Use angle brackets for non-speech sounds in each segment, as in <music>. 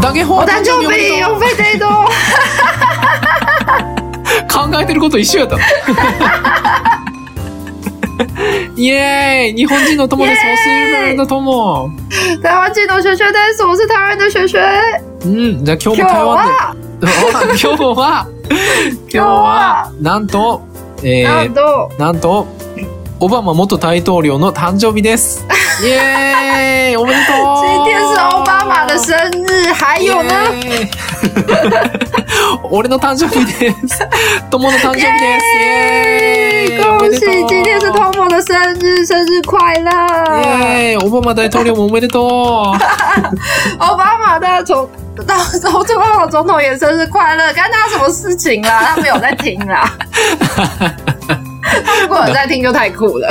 だけ本お誕生日おめでとう <laughs> 考えてること一緒やったのイエーイ日本人の友です。イエー我是日本人イの友。台湾进同学学です。我是台湾的学学。うん、じゃあ今日今も日台湾で。は、今日は、今日日はは、なんと、えなーん、と、なんと、オバマ元大統領の誕生日です。イエーイおめでとう今天是奥巴马的生日，还有呢，イ <laughs> エーイ俺の誕生日 <laughs> です。友の誕生日です。イエーイ恭喜おめでとう今天是 Tomo 的生日，生日快イ乐！エーイオバマ大統领もおめでとう <laughs> 奥巴马大总。到奥巴马总统也生日快乐，干他什么事情啦？他没有在听 <laughs> 啦。他如果有在听就太酷了。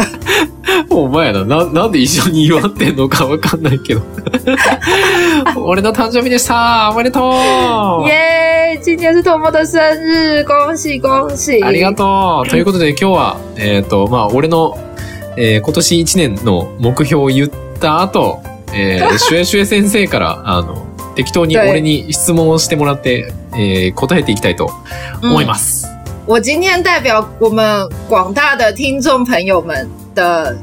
お前ら、な、なんで一緒に祝ってんのかわかんないけど。 <laughs> 俺の誕生日でしたおめでとう耶！今天是 Tomo 的生日，恭喜恭喜！ありがとうということで今日は、えっ、と、まあ、俺の、えー今年1年の目標を言った後、え <laughs> ー、シュエシュエ先生から、あの、適当に对俺に質問をしてもらって、えー答えていきたいと嗯思います。我今天代表我们广大的听众朋友们的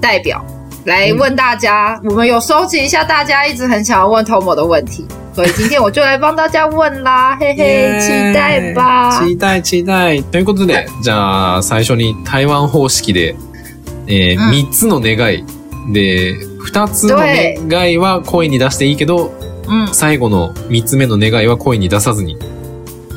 代表来问大家，我们有收集一下大家一直很想要问 Tomo 的 <laughs> 问题，所以今天我就来帮大家问啦，嘿嘿，期待吧。期待期待ということで、じゃあ最初に台湾方式で、えーうん3つの願い。で、2つの願いは声に出していいけど、嗯，最後の3つ目の願いは声に出さずに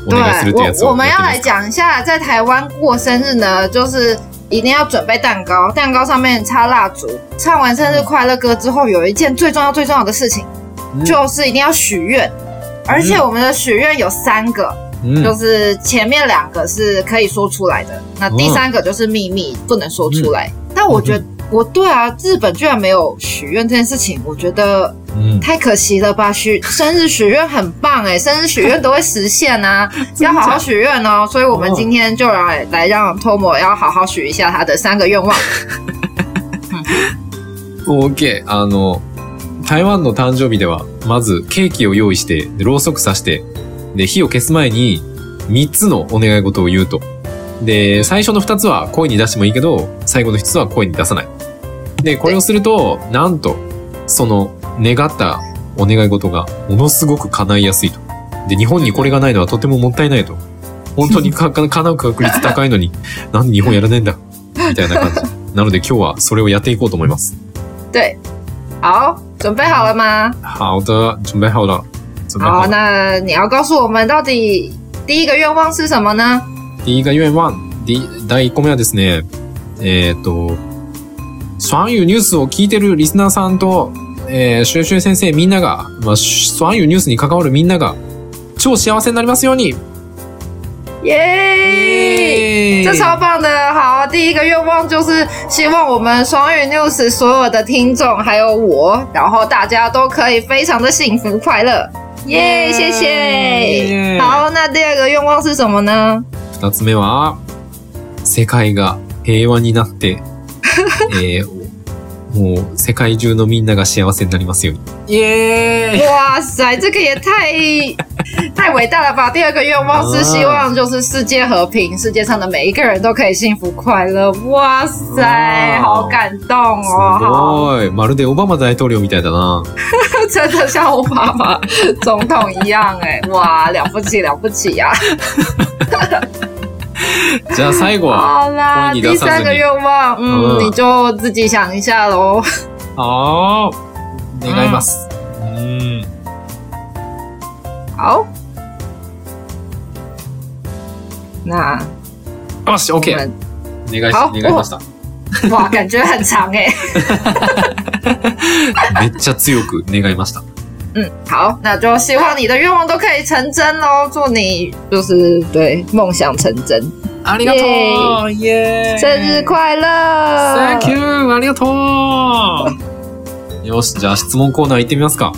お願いする对ってやつ我を我们や要ってみま来す讲一下，在台湾过生日呢，就是一定要准备蛋糕，蛋糕上面插蜡烛，唱完生日快乐歌之后，有一件最重要最重要的事情，嗯就是一定要许愿。而且我们的许愿有三个，うん就是前面两个是可以说出来的，那第三个就是秘密，不能说出来。嗯但我觉得，我对啊，日本居然没有许愿这件事情，我觉得うん太可惜了吧！许生日许愿很 <laughs> 棒哎，生日许愿都会实现啊，要好好许愿哦。所以我们今天就来来让 Tomo 要好好许一下他的三个愿望。 OK あの台湾の誕生日ではまずケーキを用意してでろうそくさしてで火を消す前に3つのお願い事を言うとで最初の2つは声に出してもいいけど最後の1つは声に出さないでこれをするとなんとその願ったお願い事がものすごく叶いやすいとで日本にこれがないのはとてももったいないと本当に <laughs> か叶う確率高いのになんで日本やらねえんだみたいな感じなので今日はそれをやっていこうと思います对，好，准备好了吗？好的，准备好了，准备好好，了。那你要告诉我们到底第一个愿望是什么呢？第一个愿望，第第一個目はですね、えーっと、双语ニュースを聞いてるリスナーさんと、えー、シュエシュエ先生みんなが、まあ、双語ニュースに関わるみんなが、超幸せになりますように耶！イエーイ这超棒的！好，第一个愿望就是希望我们双语 news 所有的听众，还有我，然后大家都可以非常的幸福快乐。耶、耶谢耶谢。好，那第二个愿望是什么呢？二つ目は、世界が平和にな <laughs> って、えーもう世界中のみんなが幸せになりますように。イエーイ哇塞，这个也太太伟大了吧！第二个愿望是希望就是世界和平，世界上的每一个人都可以幸福快乐。哇塞，哇好感动す哦！好。ごい。まるでオバマ大統領みたいだな。 <laughs> 真的像奥巴马总统一样哎、哇，了不起了不起啊呀、じゃあ最後は、好啦，欢迎你到第三个愿望，嗯，嗯你就自己想一下喽。あー願います。うん。好，那よし、我 OK。们願いし、好願いました。 <laughs> 哇，感觉很长哎、めっちゃ強く願いました。嗯，好，那就希望你的愿望都可以成真喽，祝你就是对梦想成真，ありがとうイエーイ生日快乐 !Thank you! ありがとうよし、じゃあ質問コーナー行ってみますか。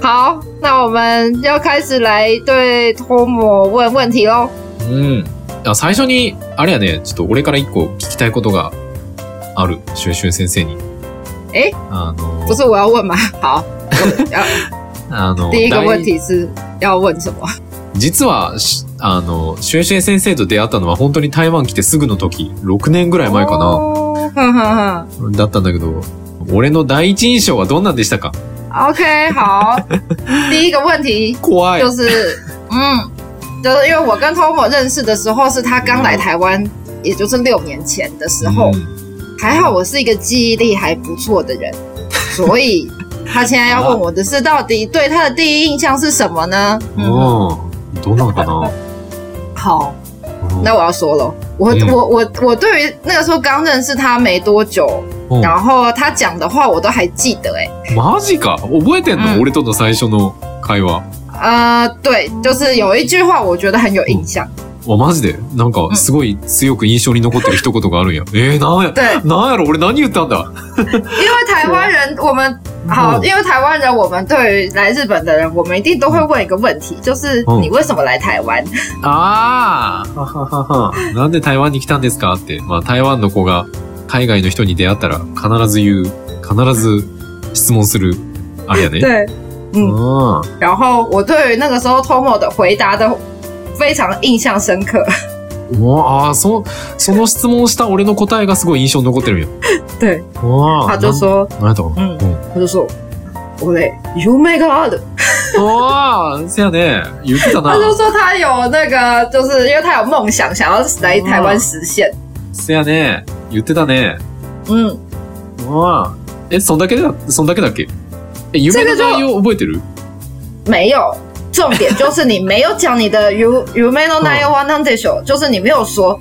好，那我们要开始来对托姆问问题喽。うん。あ最初に、あれやね、ちょっと俺から一個聞きたいことがある。シュエシュエ先生に。えあの不、是我要问吗？好，我要あの、第一个大问题是要问什么？実は、しあの、シュエシュエ先生と出会ったのは本当に台湾来てすぐの時、6年ぐらい前かな、哦哼哼哼。だったんだけど、俺の第一印象はどんなんでしたか OK，好，第一个问题怖い就。是，嗯，就是因为我跟 Tomo 认识的时候是他刚来台湾，也就是六年前的时候，うん还好我是一个记忆力还不错的人，所以他现在要问我的是，到底对他的第一印象是什么呢？哦嗯，うん。どうなのかな好，うん那我要说了，我、嗯我我我对于那个时候刚认识他没多久，うん然后他讲的话我都还记得、欸，マジか覚えてんの、うん俺との最初の会話。呃，对，就是有一句话我觉得很有印象，あ、マジでなんか、すごい強く印象に残ってる一言があるんや。えー、なんや、对，なんやろ俺何言ったんだ因为台湾人我们好，嗯因为台湾人我们对于来日本的人，我们一定都会问一个问题，就是嗯你为什么来台湾？ああはははは。なんで台湾に来たんですかって。まあ、台湾の子が海外の人に出会ったら必ず言う、必ず質問する、あれやね。对，うん。嗯，あ然后我对于那个时候 Tomo 的回答的非常印象深刻， <laughs> あー、そ、その質問した俺の答えがすごい印象に残ってるんや。对，わあ。他就说，なん。なんやったかなう嗯ん，他就说，我嘞，有没个二啊的，わあ、せやね。言ってたな他。就说他有那个，就是因为他有梦想，想要来台哦湾实现，せやね。言ってたね。嗯，わあ。え、そんだけだ、そんだけだっけえ、夢の内容覚えてる没有。重点就是你没有讲你的 you you may not know one hundred show，就是你没有说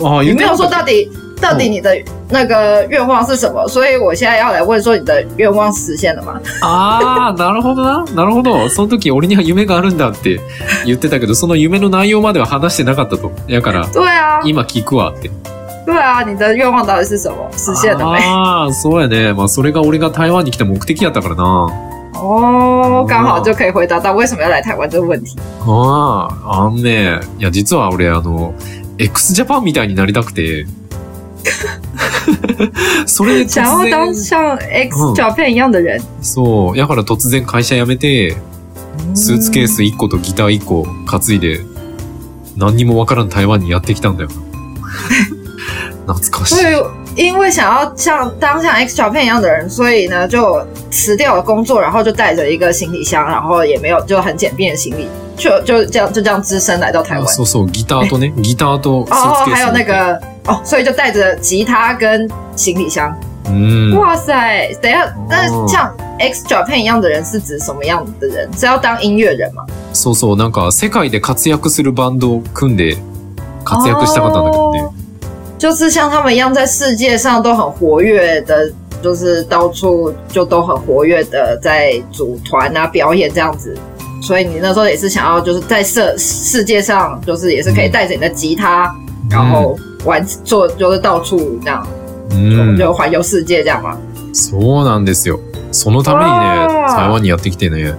ああ、你言っ没てなか有说った到っけ底到底你的那个愿望是什么，所以我现在要来问说你的愿望实现了吗？ああ、なるほどな。なるほど。その時俺には夢があるんだって言ってたけど、その夢の内容までは話してなかったと。やから、对啊，今聞くわって。对啊，你的愿望到底是什么？实现啊了没？ああ、そうやね。まあ、それが俺が台湾に来た目的やったからな。哦，刚好就可以回答到为什么要来台湾这个问题。ああ、あんね。いや、実は俺、あの、x ジャパンみたいになりたくて。それで突想要当然、像 X 嗯照片一样的人，そう。やから突然会社辞めて、スーツケース1個とギター1個担いで、何にもわからん台湾にやってきたんだよな。懐 <laughs> かし所い。以因为想要像当像 X 照片一样的人，所以呢就辞掉了工作，然后就带着一个行李箱，然后也没有就很简便的行李，就就这样就这样只身来到台湾あ。そうそう、ギターとね、ギターとスー哦，ツケー还ス持有那って。个哦，所以就带着吉他跟行李箱。うん。哇塞，等一下嗯哦，那像 X Japan 一样的人是指什么样的人？是要当音乐人吗？そうそう、なんか世界で活躍するバンドを組んで活躍したかったんだけどね。哦就是像他们一样在世界上都很活跃的，就是到处就都很活跃的在组团啊表演这样子。所以你那时候也是想要就是在世世界上，就是也是可以带着你的吉他，然后玩做就是到处这样，う就ん、就环游世界这样嘛。そうなんですよ。そのためにわね、あ台湾にやってきてね。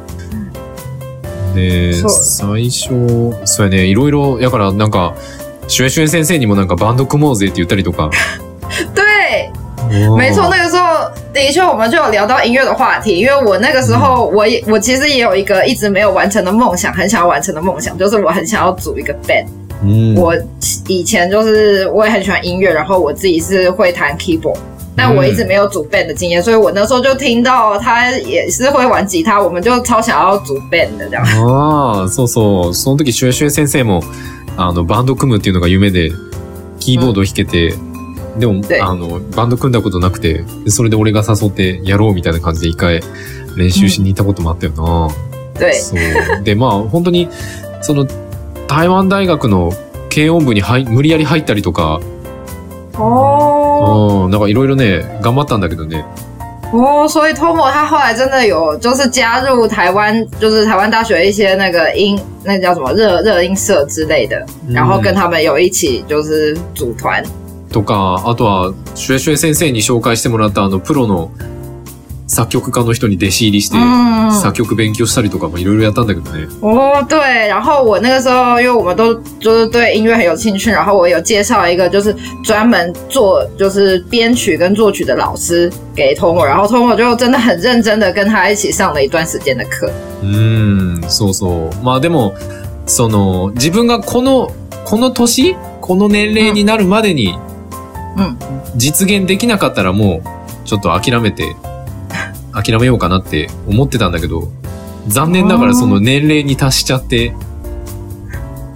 で、そう最初、そうやね、いろいろ、やからなんか、シュエシュエ先生にもなんかバンド組もうぜって言ったり <laughs> とか。对，哦没错，那个时候的确我们就有聊到音乐的话题，因为我那个时候我也我其实也有一个一直没有完成的梦想，很想要完成的梦想，就是我很想要组一个 band。うん。我以前就是我也很喜欢音乐，然后我自己是会弹 keyboard。但我一直没有组 band 的经验，所以我那时候就听到他也是会玩吉他，我们就超想要组 band 的这样。ああ、そうそう。その時、シュエシュエ先生も、あの、バンド組むっていうのが夢で、キーボード弾けて、でもで、あの、バンド組んだことなくて、でそれで俺が誘ってやろうみたいな感じで一回練習しに行ったこともあったよな。对，そう。で、まあ、本当に、その、台湾大学の軽音部に入無理やり入ったりとか、哦うん、なんかいろいろね、頑張ったんだけどね。哦，所以 Tomo 他后来真的有就是加入台湾，就是台湾大学一些那个音，那叫什么热热音社之类的，嗯然后跟他们有一起就是组团。とか、あとは、シュエシュエ先生に紹介してもらったあの、プロの作曲家の人に弟子入りして、嗯，作曲勉強したりとかもいろいろやったんだけどね。哦，对，然后我那个时候，因为我们都就是对音乐很有兴趣，然后我有介绍一个就是专门做就是编曲跟作曲的老师给 Tomo，然后 Tomo 就真的很认真的跟他一起上了一段时间的课。うーん、そうそう。まあでも、その、自分がこの、この年この年齢になるまでに、うん実現できなかったらもう、ちょっと諦めて、諦めようかなって思ってたんだけど、残念ながらその年齢に達しちゃって、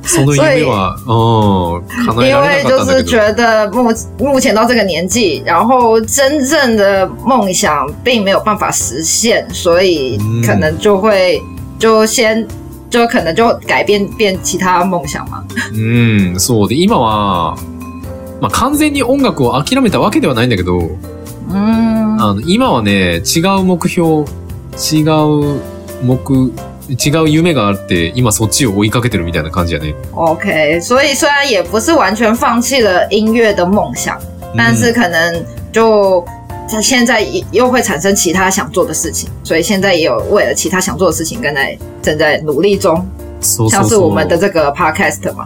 その夢は、うん、叶え因られな为かっ就たんだけ是ど。觉得目目前到这个年纪，然后真正的梦想并没有办法实现，所以嗯可能就会就先就可能就改变变其他梦想嘛。うん、そうで、今は、まあ完全に音楽を諦めたわけではないんだけど、嗯，あの、今はね、違う目標、違う目、違う夢があって、今そっちを追いかけてるみたいな感じやね。 OK，所以虽然也不是完全放弃了音乐的梦想，嗯但是可能就他现在也又会产生其他想做的事情，所以现在也有为了其他想做的事情跟在正在努力中，うんそうそ像う是我そ们的う。这个 podcast 嘛。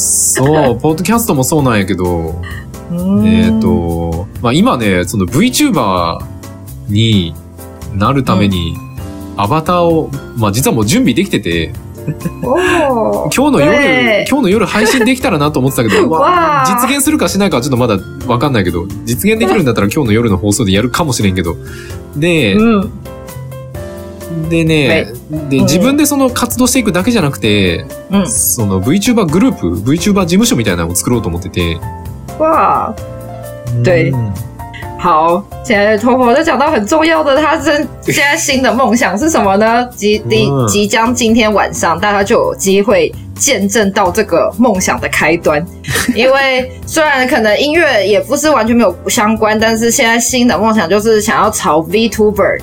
そう、ポッドキャストもそうなんやけど、嗯えっ、と、まあ、今ね、その VTuber になるために、アバターを、まあ、実はもう準備できてて、哦，今日の夜ねえ、今日の夜配信できたらなと思ってたけど、 <laughs> うわわあ実現するかしないかはちょっとまだわかんないけど、実現できるんだったら今日の夜の放送でやるかもしれんけど。で、嗯でね、で、うん自分でその活動していくだけじゃなくて、嗯，その VTuber グループ、VTuber 事務所みたいなのを作ろうと思ってて。哇，对うん好，现在托佛就讲到很重要的，他真现在新的梦想是什么呢？即即嗯即将今天晚上，大家就有机会见证到这个梦想的开端。因为虽然可能音乐也不是完全没有相关，但是现在新的梦想就是想要朝 VTuber。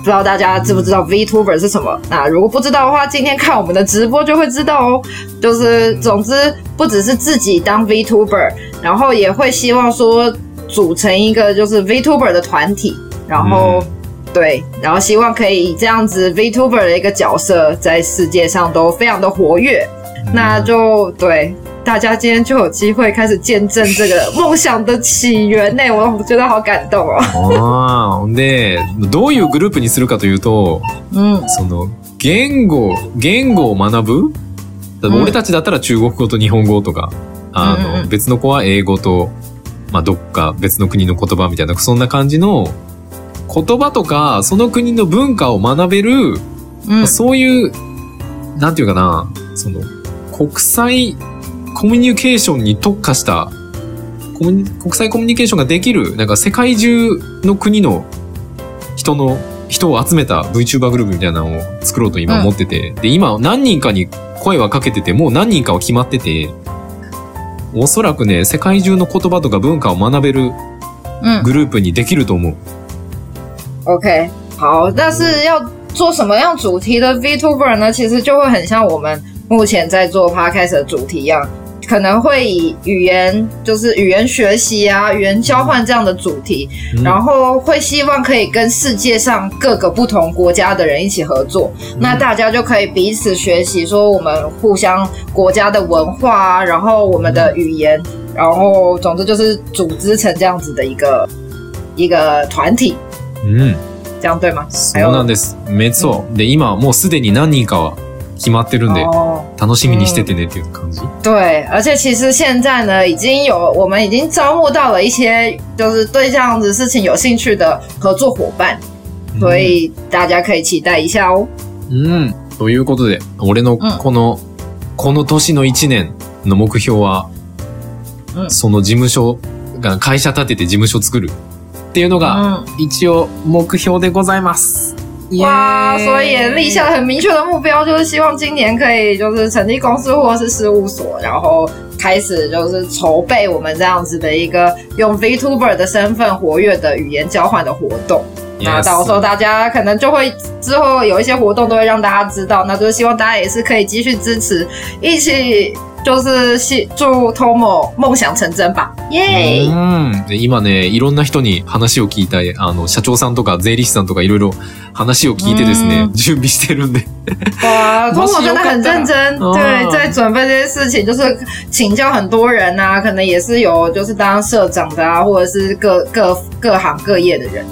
不知道大家知不知道 VTuber 是什么？那如果不知道的话，今天看我们的直播就会知道哦。就是总之，不只是自己当 VTuber，然后也会希望说组成一个就是 VTuber 的团体，然后、对，然后希望可以以这样子 VTuber 的一个角色在世界上都非常的活跃，那就对。大家今天就有机会开始见证这个梦想的起源呢、我觉得好感动哦。ああ、ほんで、どういうグループにするかというと、嗯その、言語、言語を学ぶだからうん俺たちだったら中国語と日本語とか、あの、うんうん別の子は英語と、まあ、どっか別の国の言葉みたいな、そんな感じの、言葉とか、その国の文化を学べる、ま嗯あそういう、なんていうかな、その、国際コミュニケーションに特化した、コミュニ国際コミュニケーションができる、なんか世界中の国の人の、人を集めた VTuber グループみたいなのを作ろうと今思ってて、で、今何人かに声はかけてて、もう何人かは決まってて、おそらくね、世界中の言葉とか文化を学べる嗯グループにできると思う。 ，OK，好，但是要做什么样主题的 VTuber 呢？其实就会很像我们目前在做 Podcast 的主题一样，可能会以语言就是语言学习啊、语言交换这样的主题，うん然后会希望可以跟世界上各个不同国家的人一起合作，那大家就可以彼此学习，说我们互相国家的文化啊，然后我们的语言，然后总之就是组织成这样子的一个一个团体，うん。这样对吗？そうなんです。めっそう。で、今もうすでに何人かは決まってるんで、哦，楽しみにしててねっていう感じ。对，而且其实现在呢，已经有我们已经招募到了一些就是对这样子事情有兴趣的合作伙伴，所嗯以大家可以期待一下哦。うん。うんということで、俺のうんこの、この年の1年の目標は、うんその事務所が、会社立てて事務所作るっていうのが、嗯。一応目標でございます。哇，所以也立下了很明确的目标，就是希望今年可以就是成立公司或者是事务所，然后开始就是筹备我们这样子的一个用 VTuber 的身份活跃的语言交换的活动。那 Yes 到时候大家可能就会之后有一些活动都会让大家知道，那就是希望大家也是可以继续支持，一起就是希祝 Tomo 梦想成真吧，耶、うんで今ね、いろんな人に話を聞いた、あの、社長さんとか税理士さんとかいろいろ話を聞いてですうねん、準備してるんで。哇，模式通我真的有更很大认真，哦对，在准备这些事情，就是请教很多人啊，可能也是有就是当社长的啊，或者是各各各行各业的人，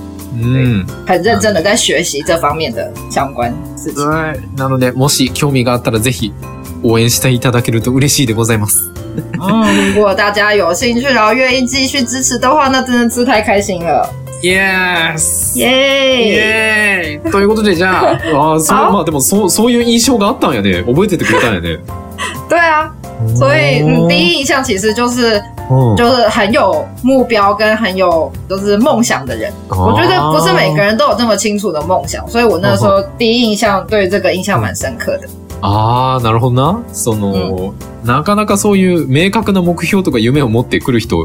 うん。很认真的在学习这方面的相关事嗯情。はい。なので、もし興味があったらぜひ応援していただけると嬉しいでございます。嗯，如果大家有兴趣，然后愿意继续支持的话，那真的是太开心了， <laughs> Yes! 耶！イエーイということで、じゃ <laughs> あ、あーそう、あまあでも、そう、そういう印象があったんやね。覚えててくれたんやね。对啊，所以嗯，第一印象其实就是うん、就是很有目标跟很有就是梦想的人。我我觉得不是每个人都有这么清楚的梦想，所以我那时候第一印象对这个印象蛮深刻的。ああ、なるほどな。その、なかなかそういう明確な目標とか夢を持ってくる人、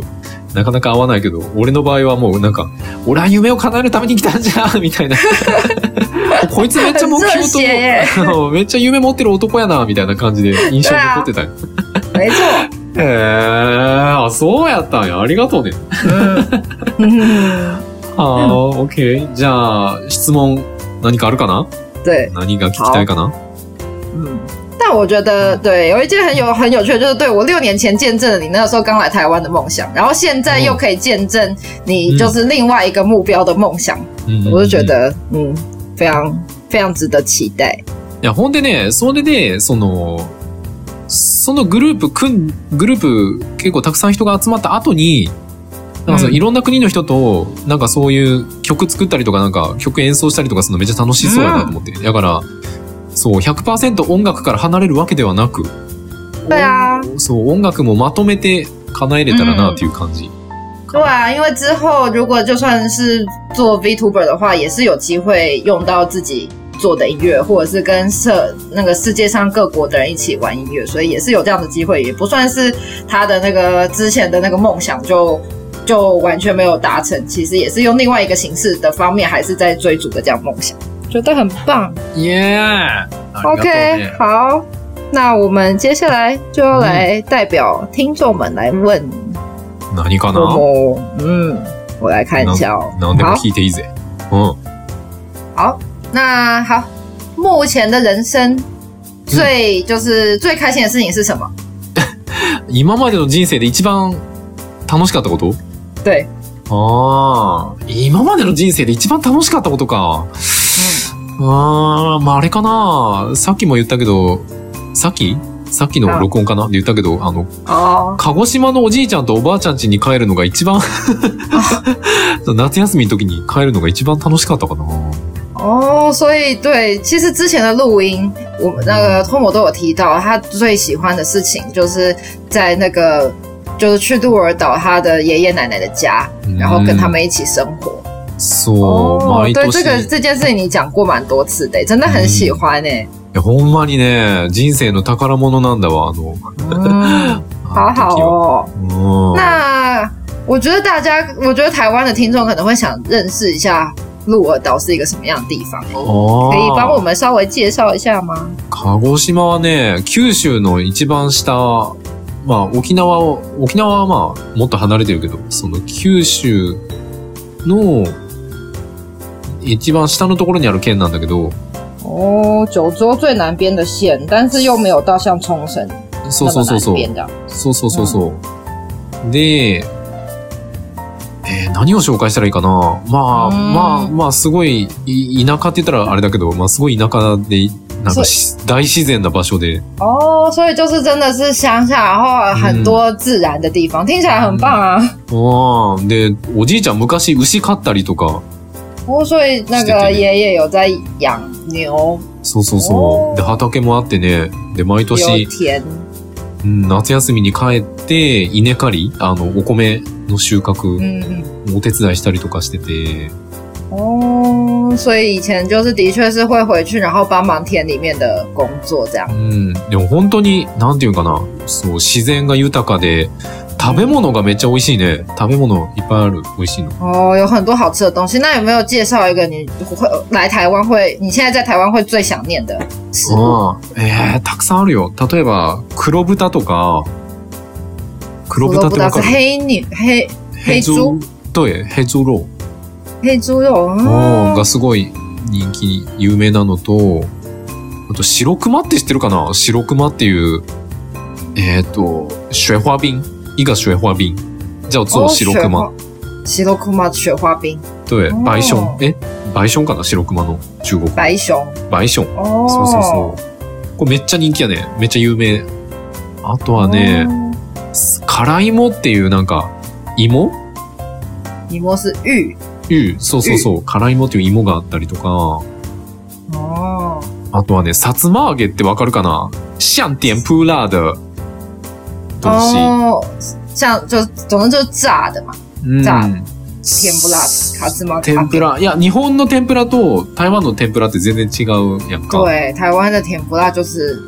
なかなか合わないけど、俺の場合はもうなんか、俺は夢を叶えるために来たんじゃんみ <laughs> たいな。こいつめっちゃ目標很热血耶と思う、めっちゃ夢持ってる男やな、みたいな感じで印象に残ってたよ。没错，へえ、あ、そうやったんや。ありがとうね。嗯，ああ、オッケー。じゃあ、質問、何かあるかな对，何が聞きたいかな嗯。但我觉得，对，有一件很有很有趣的，就是对我六年前见证了你那个时候刚来台湾的梦想，然后现在又可以见证你就是另外一个目标的梦想，うん我就觉得，嗯，非常非常值得期待。いや、ほんでね、それで、その、そのグループ、組ん、グループ、結構たくさん人が集まった後に、なんかそのうんいろんな国の人と、なんかそういう曲作ったりとか、なんか曲演奏したりとかするのめっちゃ楽しそうやなと思って。だから、そう、100%音楽から離れるわけではなく、对啊，そう、音楽もまとめて叶えれたらなっていう感じ。对啊，因为之后如果就算是做 VTuber 的话，也是有机会用到自己做的音乐，或者是跟社那个世界上各国的人一起玩音乐，所以也是有这样的机会，也不算是他的那个之前的那个梦想就就完全没有达成，其实也是用另外一个形式的方面，还是在追逐的这样梦想，觉得很棒。イエーイ OK，好，那我们接下来就要来代表听众们来问何かな我某，嗯，我来看一下哦。何でも好，聞いていいぜ。うん。好，那好，目前的人生最、就是最开心的事情是什么？今までの人生で一番楽しかったこと对，ああ、今までの人生で一番楽しかったことか。ああ、まああれかな。さっきも言ったけど、さっきさっきの録音かなで言ったけど、あの、哦，鹿児島のおじいちゃんとおばあちゃん家に帰るのが一番 <laughs> 夏休みの時に帰るのが一番楽しかったかな。哦，所以对，其实之前的录音，我们那个托姆都有提到，他最喜欢的事情就是在那个就是去鹿儿岛他的爷爷奶奶的家，嗯然后跟他们一起生活。哦そう、毎对年。这个这件事情你讲过蛮多次的，真的很喜欢哎。いやほんまにね、人生の宝物なんだわ、あの、嗯，好好哦。あの時は。うん。那我觉得大家，我觉得台湾的听众可能会想认识一下鹿儿岛是一个什么样的地方，可以帮我们稍微介绍一下吗？鹿児島はね、九州の一番下、まあ沖縄を、沖縄はまあもっと離れてるけど、その九州の一番下のところにある県なんだけど、哦，九州最南边的县，但是又没有到像冲绳そう那そ么うそうそう。南边这样。そうそうそうそう。で、えー何を紹介したらいいかなまあ、うんまあ、まあ、すごいい、田舎って言ったらあれだけど、まあ、すごい田舎で、なんそうかし大自然な場所で、哦，所以就是真的是乡下，然后很多自然的地方，听起来很棒啊。ああ、で、おじいちゃん昔牛飼ったりとか、哦，所以那是的个对对爷爷有在养牛，そうそうおそーう。で、畑もあってね、で、毎有年、田。うん夏休みに帰って、稲刈り、あの、お米の収穫嗯嗯。お手伝いしたりとかしてて、哦，所以以前就是的确是会回去，然后帮忙田里面的工作这样う。ん、でも本当に、なんていうかな、そう、自然が豊かで、食べ物がめっちゃ美味しいね。食べ物いっぱいある。美味しいの。哦，有很多好吃的东西。那有没有介绍一个你会呃来台湾会，你现在在台湾会最想念的食物？うん。えー、たくさんあるよ。例えば、黒豚とか、黒我豚都っ不て知道わか是る黑女黑黑猪对、ヘズロ黑猪肉ー哦，がすごい人気、有名なのと、あと、白熊って知ってるかな白熊っていう、えっ、ー、と、雪花冰。一个雪花冰。叫做白哦雪熊。花，白熊雪花冰，对、哦白熊。え白熊かな白熊の中国。白熊白熊。哦，そうそうそう。これめっちゃ人気やね。めっちゃ有名。あとはね、哦辛芋っていうなんか、芋你摸是玉うんそうそうそう。辛芋っていう芋があったりとか、哦，あとはね、さつま揚げってわかるかなシャンティンプーラー的东西。哦，像就总之就是炸的嘛，うんザ天ぷら卡兹玛天ぷら。いや、日本の天ぷらと台湾の天ぷらって全然違うやんか。对，台湾的甜不辣就是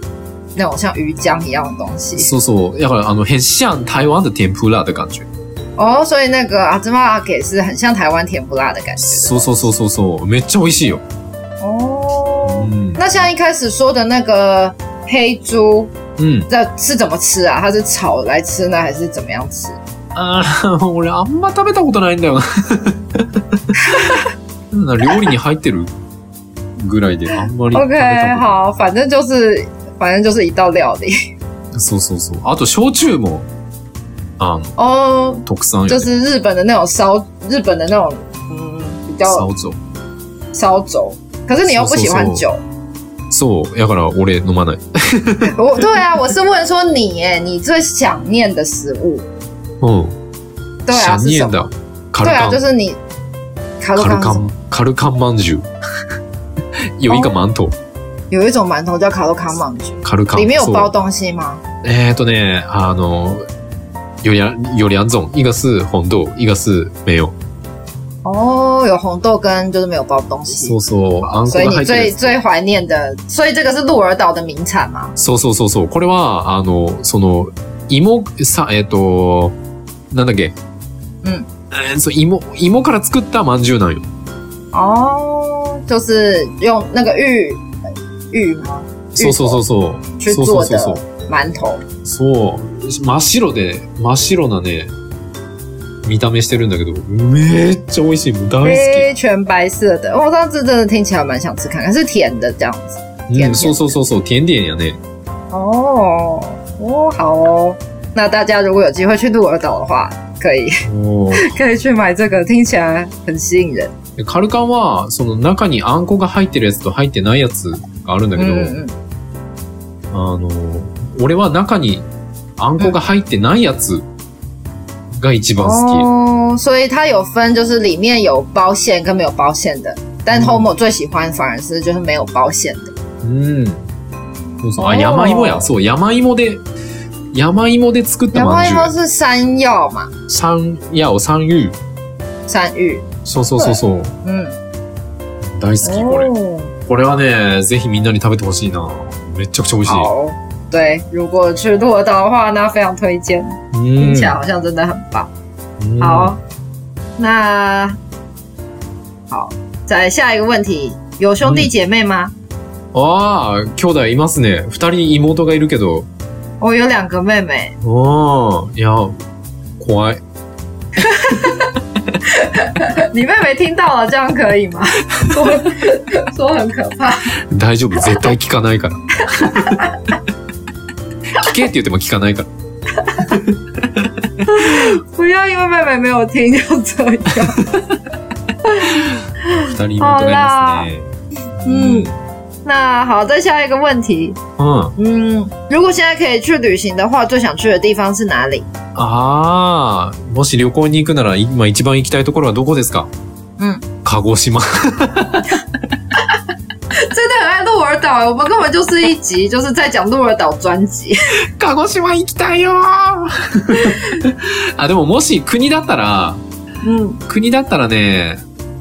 那种像鱼浆一样的东西そうそう。だから、あの、很像台湾的天ぷら的感觉。哦，所以那个阿兹玛阿给是很像台湾甜不辣的感觉的そうそうそうそうそう。めっちゃ美味しいよ。う哦。ん。那像一开始说的那个黑猪，うん。这是怎么吃啊？它是炒来吃呢，还是怎么样吃？あー <laughs> 俺あんま食べたことないんだ <laughs> よな。料理に入ってるぐらいであんまり食べ OK，たこ好，反正就是反正就是一道料理とそうそうそう。あと、焼酎も、あの、哦，特産就よ、ね。是日本的那种烧，日本的那种嗯比较烧酒。烧酒。可是你又不喜欢酒，そう。だから、俺飲まない。我对啊，我是问说你耶，你最想念的食物，うん。对シ啊，ャ是ニエ什ン么だ？。カ对ル啊，カ就ン。是你卡路カル康カン。カルカンまん <laughs> じゅう。有一个馒头。有一种馒头叫卡路康芒橘，カルカン。里面有そう包东西吗？えー、とね、あの、有两有两种，一个是红豆，一个是没有。哦，有红豆跟就是没有包东西，そうそう、あんこ所以が你入って最る。最怀念的，所以这个是鹿儿岛的名产嘛？そうそうそうそう。これはあのその芋さえっ、となんだっけ。うん。えー、そう芋芋から作った饅頭なんよ。哦，就是用那个玉玉吗？そうそうそうそう。去そうそ做うそうそう的。馒头そう真っ白で真っ白なね見た目してるんだけどめっちゃ美味しいもう大好き。非全白色的，我上次真的听起来蛮想吃看看，是甜的这样子。甜うん、そうそうそうそう甜点やね。哦，哦，好哦。那大家如果有机会去鹿儿岛的话，可以 <laughs> おー可以去买这个，听起来很吸引人。でカルカンは、その中にあんこが入ってるやつと入ってないやつがあるんだけど、嗯嗯嗯，あの、俺は中にあんこが入ってないやつが一番好哦，所以它有分，就是里面有包馅跟没有包馅的。但嗯 Homo 最喜欢反而是就是没有包馅的。き。うん。そうそう。おあ、ー山芋や。そう、山芋で、山芋で作った然后まん一じゅ包う。是山药嘛，山药、山芋。山芋，そうそうそうそう。嗯，大好き、これ。哦，これはね、ぜひみんなに食べてほしいな。めちゃくちゃ美味しい。好，对，如果去鹿儿岛的话，那非常推荐，嗯听起来好像真的很棒。うん。好，那好，再下一个问题，有兄弟姐妹吗？ああ、兄弟いますね。二人妹がいるけど、我有两个妹妹，おー、いや、怖い。 <laughs> 你妹妹听到了，这样可以 <laughs> 吗？说说很可怕。大丈夫、絶対聞かないから。聞けって言っても聞かないから。不要因为妹妹没有听就这 <laughs> 样。二人妹がいますね。うん那好，再下一个问题，うん。うん。嗯，如果现在可以去旅行的话，最想去的地方是哪里？ああ、もし旅行に行くなら今一番行きたいところはどこですかうん。鹿児島。 <laughs> 真的很爱鹿儿岛，我们根本就是一集就是在讲鹿儿岛专辑。 <laughs> 鹿児島行きたいよー <laughs> あ、でももし国だったら、嗯，国だったらね、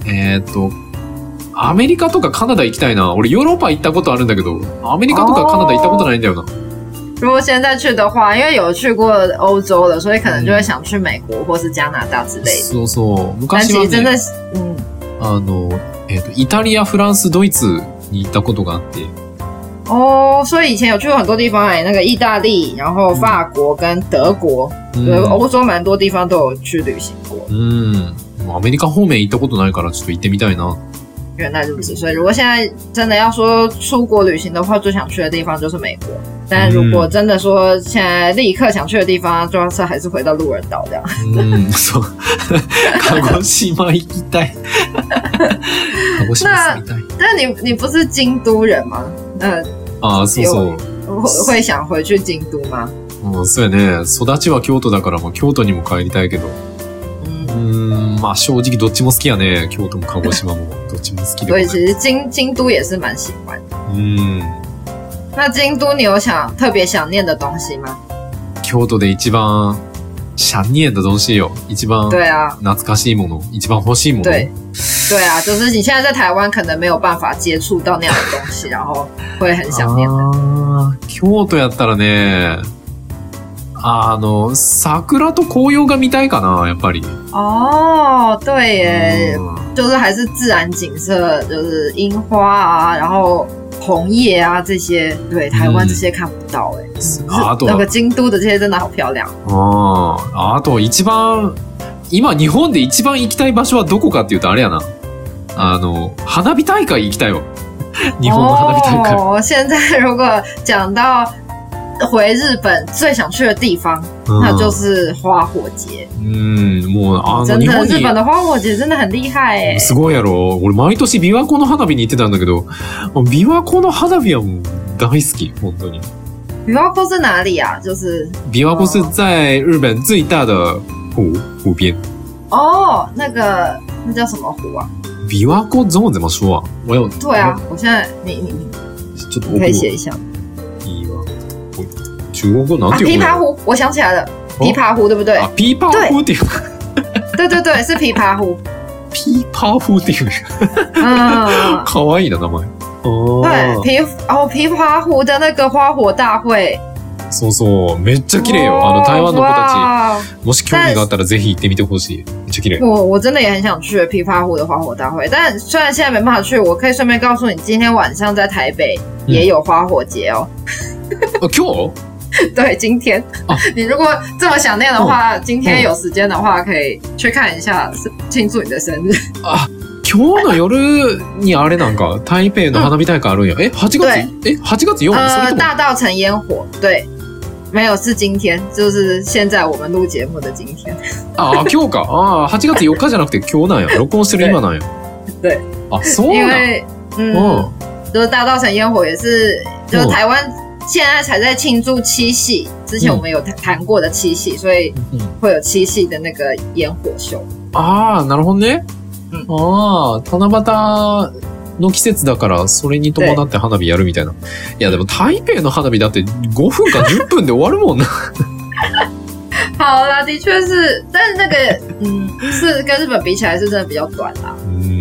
えーっと、アメリカとかカナダ行きたいな。俺ヨーロッパ行ったことあるんだけど、アメリカとかカナダ行ったことないんだよな。如果现在去的话，因为有去过欧洲的，所以可能就会想去美国或是加拿大之类的。そうそう。但昔其は实真ね、的是，嗯，あの、えっ、と、イタリア、フランス、ドイツに行ったことがあって、哦，所以以前有去过很多地方哎、那个意大利，然后法国跟德国，うん对，欧洲蛮多地方都有去旅行过。うん。でもアメリカ方面行ったことないからちょっと行ってみたいな。原来如此，所以如果现在真的要说出国旅行的话，最想去的地方就是美国。但如果真的说现在立刻想去的地方，就是还是回到鹿儿岛这样。 <laughs> うん、そう。鹿児島行き <laughs> たい。鹿児島住みたい。但你你不是京都人吗？嗯，ああ、そうそう。会会想回去京都吗？うん、そうやね。育ちは京都だから、まあ、京都にも帰りたいけど。う嗯ー，ん、まあ正直どっちも好きやね。京都も鹿児 <laughs> 島もどっちも好きで所もな以い。其实京京都也是蛮喜欢的。うん。那京都你有想特别想念的东西吗？京都で一番、シャンニエンだどうしよう。一番对啊，懐かしいもの。一番欲しいもの。对，对啊，就是你现在在台湾可能没有办法接触到那样的东西，然后会很想哦念。あー京都やったらね、あの、桜と紅葉が見たいかな、やっぱり。哦，对耶，うん就是还是自然景色，就是樱花啊，然后红叶啊这些，对，台湾这些看不到哎、ああと那个京都的这些真的好漂亮。ああと一番、今日本で一番行きたい場所はどこかっていうとあれやな。あの、花火大会行きたいわ。日本の花火大会。哦，现在如果讲到回日本最想去的地方，那就是花火节。うん、うんもう、あの、真日的，本日に、本的花火节真的很厉害哎、すごいやろ。俺毎年琵琶湖の花火に行ってたんだけど、もう琵琶湖の花火はもう大好き、本当に。琵琶湖是哪里啊？就是琵琶湖是在日本最大的湖湖边，哦，那个那叫什么湖啊？琵琶湖中文怎么说啊？我有对啊，我现在你你你ちょっと你僕可以琵写一下。琶湖中国語なん啊，て読琵む琶の？湖，我想起来了，哦琵琶湖对不对？あ、琵琶湖っていう对对对，是琵琶湖。琵琶湖っていう嗯，可愛いな名前。对あ，琵哦琵琶湖的那个花火大会，あ、そうそう、めっちゃ綺麗よ。哦あの台湾の子た哇ち、もし興味があったらぜひ行ってみてほしい。めっちゃ綺麗。我我真的也很想去琵琶湖的花火大会，但虽然现在没办法去，我可以顺便告诉你，今天晚上在台北也有花火节哦。 <laughs> あ、今对，今天、哦 <laughs> 你如果这么想念的话，今天有时间的话，可以去看一下，是庆祝你的生日。日今日の夜にあれなんか台北の花火大会あるんや。え、8月？え、8月4日？それ呃と，も大稻城烟火，对，没有是今天，就是现在我们录节目的今天。ああ、今日か。ああ、8月4日じゃなくて今日なん <laughs> や。録音してる今なんや。对あ、そう因なん。为嗯，うん。就是大稻城烟火也是，就是嗯台湾现在才在庆祝七夕，之前嗯我们有谈谈过的七夕，所以会有七夕的那个烟火秀。ああ、なるほどね。うんああ、七夕の季節だから、それに伴って花火やるみたいな。いや、でも台北の花火だって5分か10分で終わるもんな。好啦，的确是，但是那个嗯，是跟日本比起来是真的比较短啦。うん。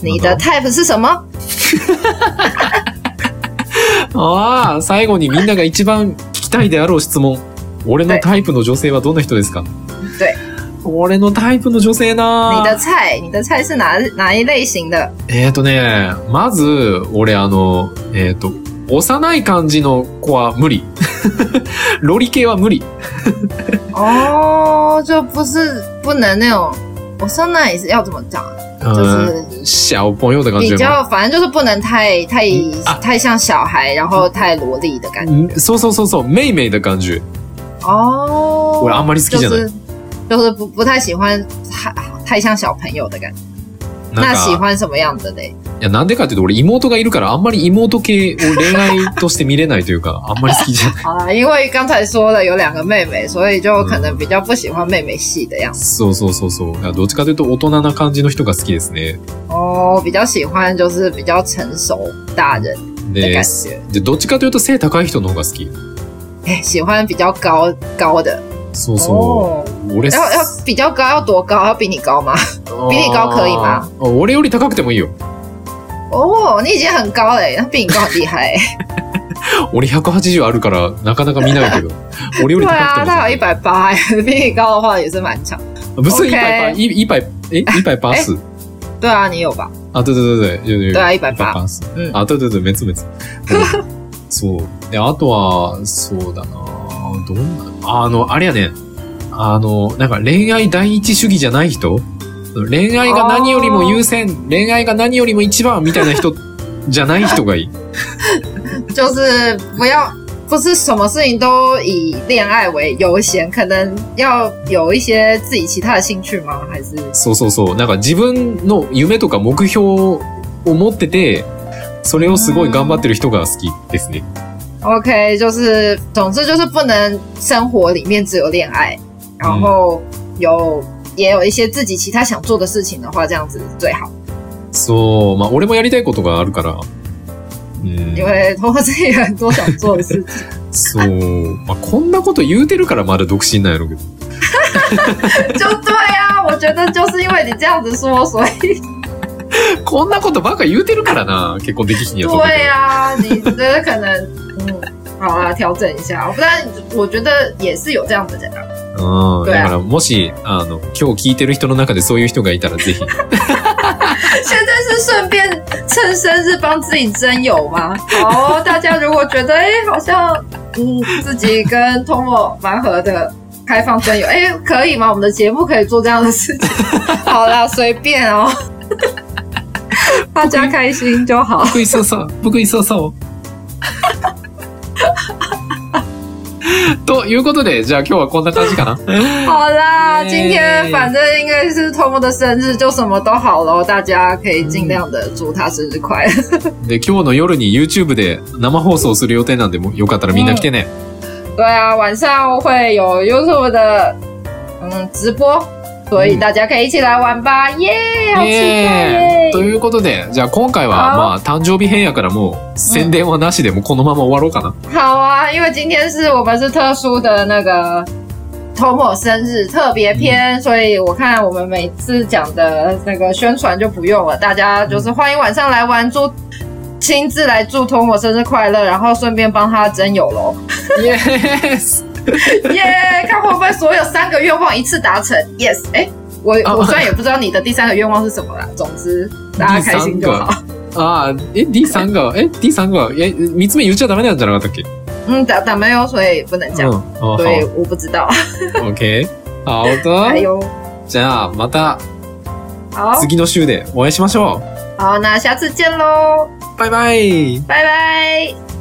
你的嗯 type 是什么？ああ、最後にみんなが一番聞きたいであろう質問。俺のタイプの女性はどんな人ですか对俺のタイプの女性你的な菜，你的菜是哪哪一类型的？えっ、ー、とね、まず、俺あの、えっ、ー、と、幼い感じの子は無 <laughs> 理。ロリ系は無理。哦，就不是不能那种，我说那也是要怎么讲啊？就うん。是小朋友的感比じ嗯吗较，反正就是不能太太啊太像小孩，然后太萝莉的感觉。うんそうそうそうそう、妹妹的感じ。哦，我阿玛丽斯基就讲的是就是不不太喜欢太太像小朋友的感觉。な那ん喜か、欢什么样的嘞？いや、なんでかっていうと、俺妹がいるから、あんまり妹系を恋愛として見れないという <laughs> か、あんまり好きじゃない。好啊啦，因为刚才说了有两个妹妹，所以就可能比较不喜欢妹妹系的样子。そうそうそうそう。だからどっちかというと、大人な感じの人が好きですね。哦，比较喜欢就是比较成熟大人的で感、觉。でどっちかというと背高い人の方が好き。哎、喜欢比较高高的そうそ哦。う。俺、要要比较高要多高？要比你高吗？ビリが可以吗俺より高くてもいいよ。 <laughs> 哦，你已经很高嘞，他比你高很厉害。欸俺180あるから、なかなか見ないけど。俺よ <laughs> 对り高くて <laughs> 啊，も。他有一百八，欸 <laughs> 比你高的话也是蛮强。不是 OK 一百八，一一百诶，一百八十对啊，你有吧？啊！对对对对，有有有对啊，一百一百八。八十うんあ、对对对，没 <laughs> 错没错。うんそう。で、あとは、そうだなどんな、あの、あれやね、あの、なんか恋愛第一主義じゃない人恋愛が何よりも優先、恋愛が何よりも一番みたいな人じゃない人がいい。就是不要，不是什么事情都以恋爱为优先，可能要有一些自己其他的兴趣吗？还是そうそうそう。なんか自分の夢とか目標を持ってて、それをすごい頑張ってる人が好きですね。 OK？就是总之就是不能生活里面只有恋爱，然后有、也有一些自己其他想做的事情的话，这样子最好。そう、まあ俺もやりたいことがあるから。うん因。为通过自己很多想做的事情，そう。まあこんなこと言うてるからまだ独身なんやろうけど。就对啊，我觉得就是因为你这样子说，所以 <laughs> こんなことばっか言うてるからな、結婚できひんやと思うけど对啊，你觉得可能，嗯，好啦，调整一下。不然我觉得也是有这样的人啊。うん。对だ啊からもし、あの、今日聞いてる人の中でそういう人がいたらぜひ。 <laughs> 现在是顺便趁生日帮自己征友吗？好哦，大家如果觉得哎、诶好像嗯自己跟 Tomo 蛮合的，开放征友，哎、可以吗？我们的节目可以做这样的事情。好啦，随便哦，大家开心就好。福井さんさ、福井さんさ <laughs> を。ということで、じゃあ今日はこんな感じかな。 <laughs> 好啦， <laughs> 耶今天反正应该是 Tom 的生日，就什么都好喽，大家可以尽量的祝他生日快乐。 <laughs> <laughs> で、今日の夜に YouTube で生放送する予定なんで、もうよかったらみんな来てね。对啊，晚上会有 YouTube 的嗯直播，所以嗯大家可以一起来玩吧，耶、好期待耶！ということで、じゃあ今回は、好まあ、誕生日編やからもう、宣伝はなしで、もうこのまま終わろうかな。好啊，因为今天是我们是特殊的那个 Tom 生日特别篇，所以我看我们每次讲的那个宣传就不用了，大家就是欢迎晚上来玩，祝亲自来祝 Tom 生日快乐，然后顺便帮他征友喽， Yes! 耶、看会不会所有三个愿望一次达成，yes，哎、我哦我虽然也不知道你的第三个愿望是什么啦，总之大家开心就好。ああ、え、D3 が、え、D3 が、え、3つ目言っちゃダメなんじゃなかったっけ嗯，打打没有，所以不能うん。讲。あ嗯好。 <laughs> 对，我不知道。 OK。好哎的。呦，じゃあ、また好次の週でお会いしましょ好，那下次见う。喽，バイバイ。拜拜。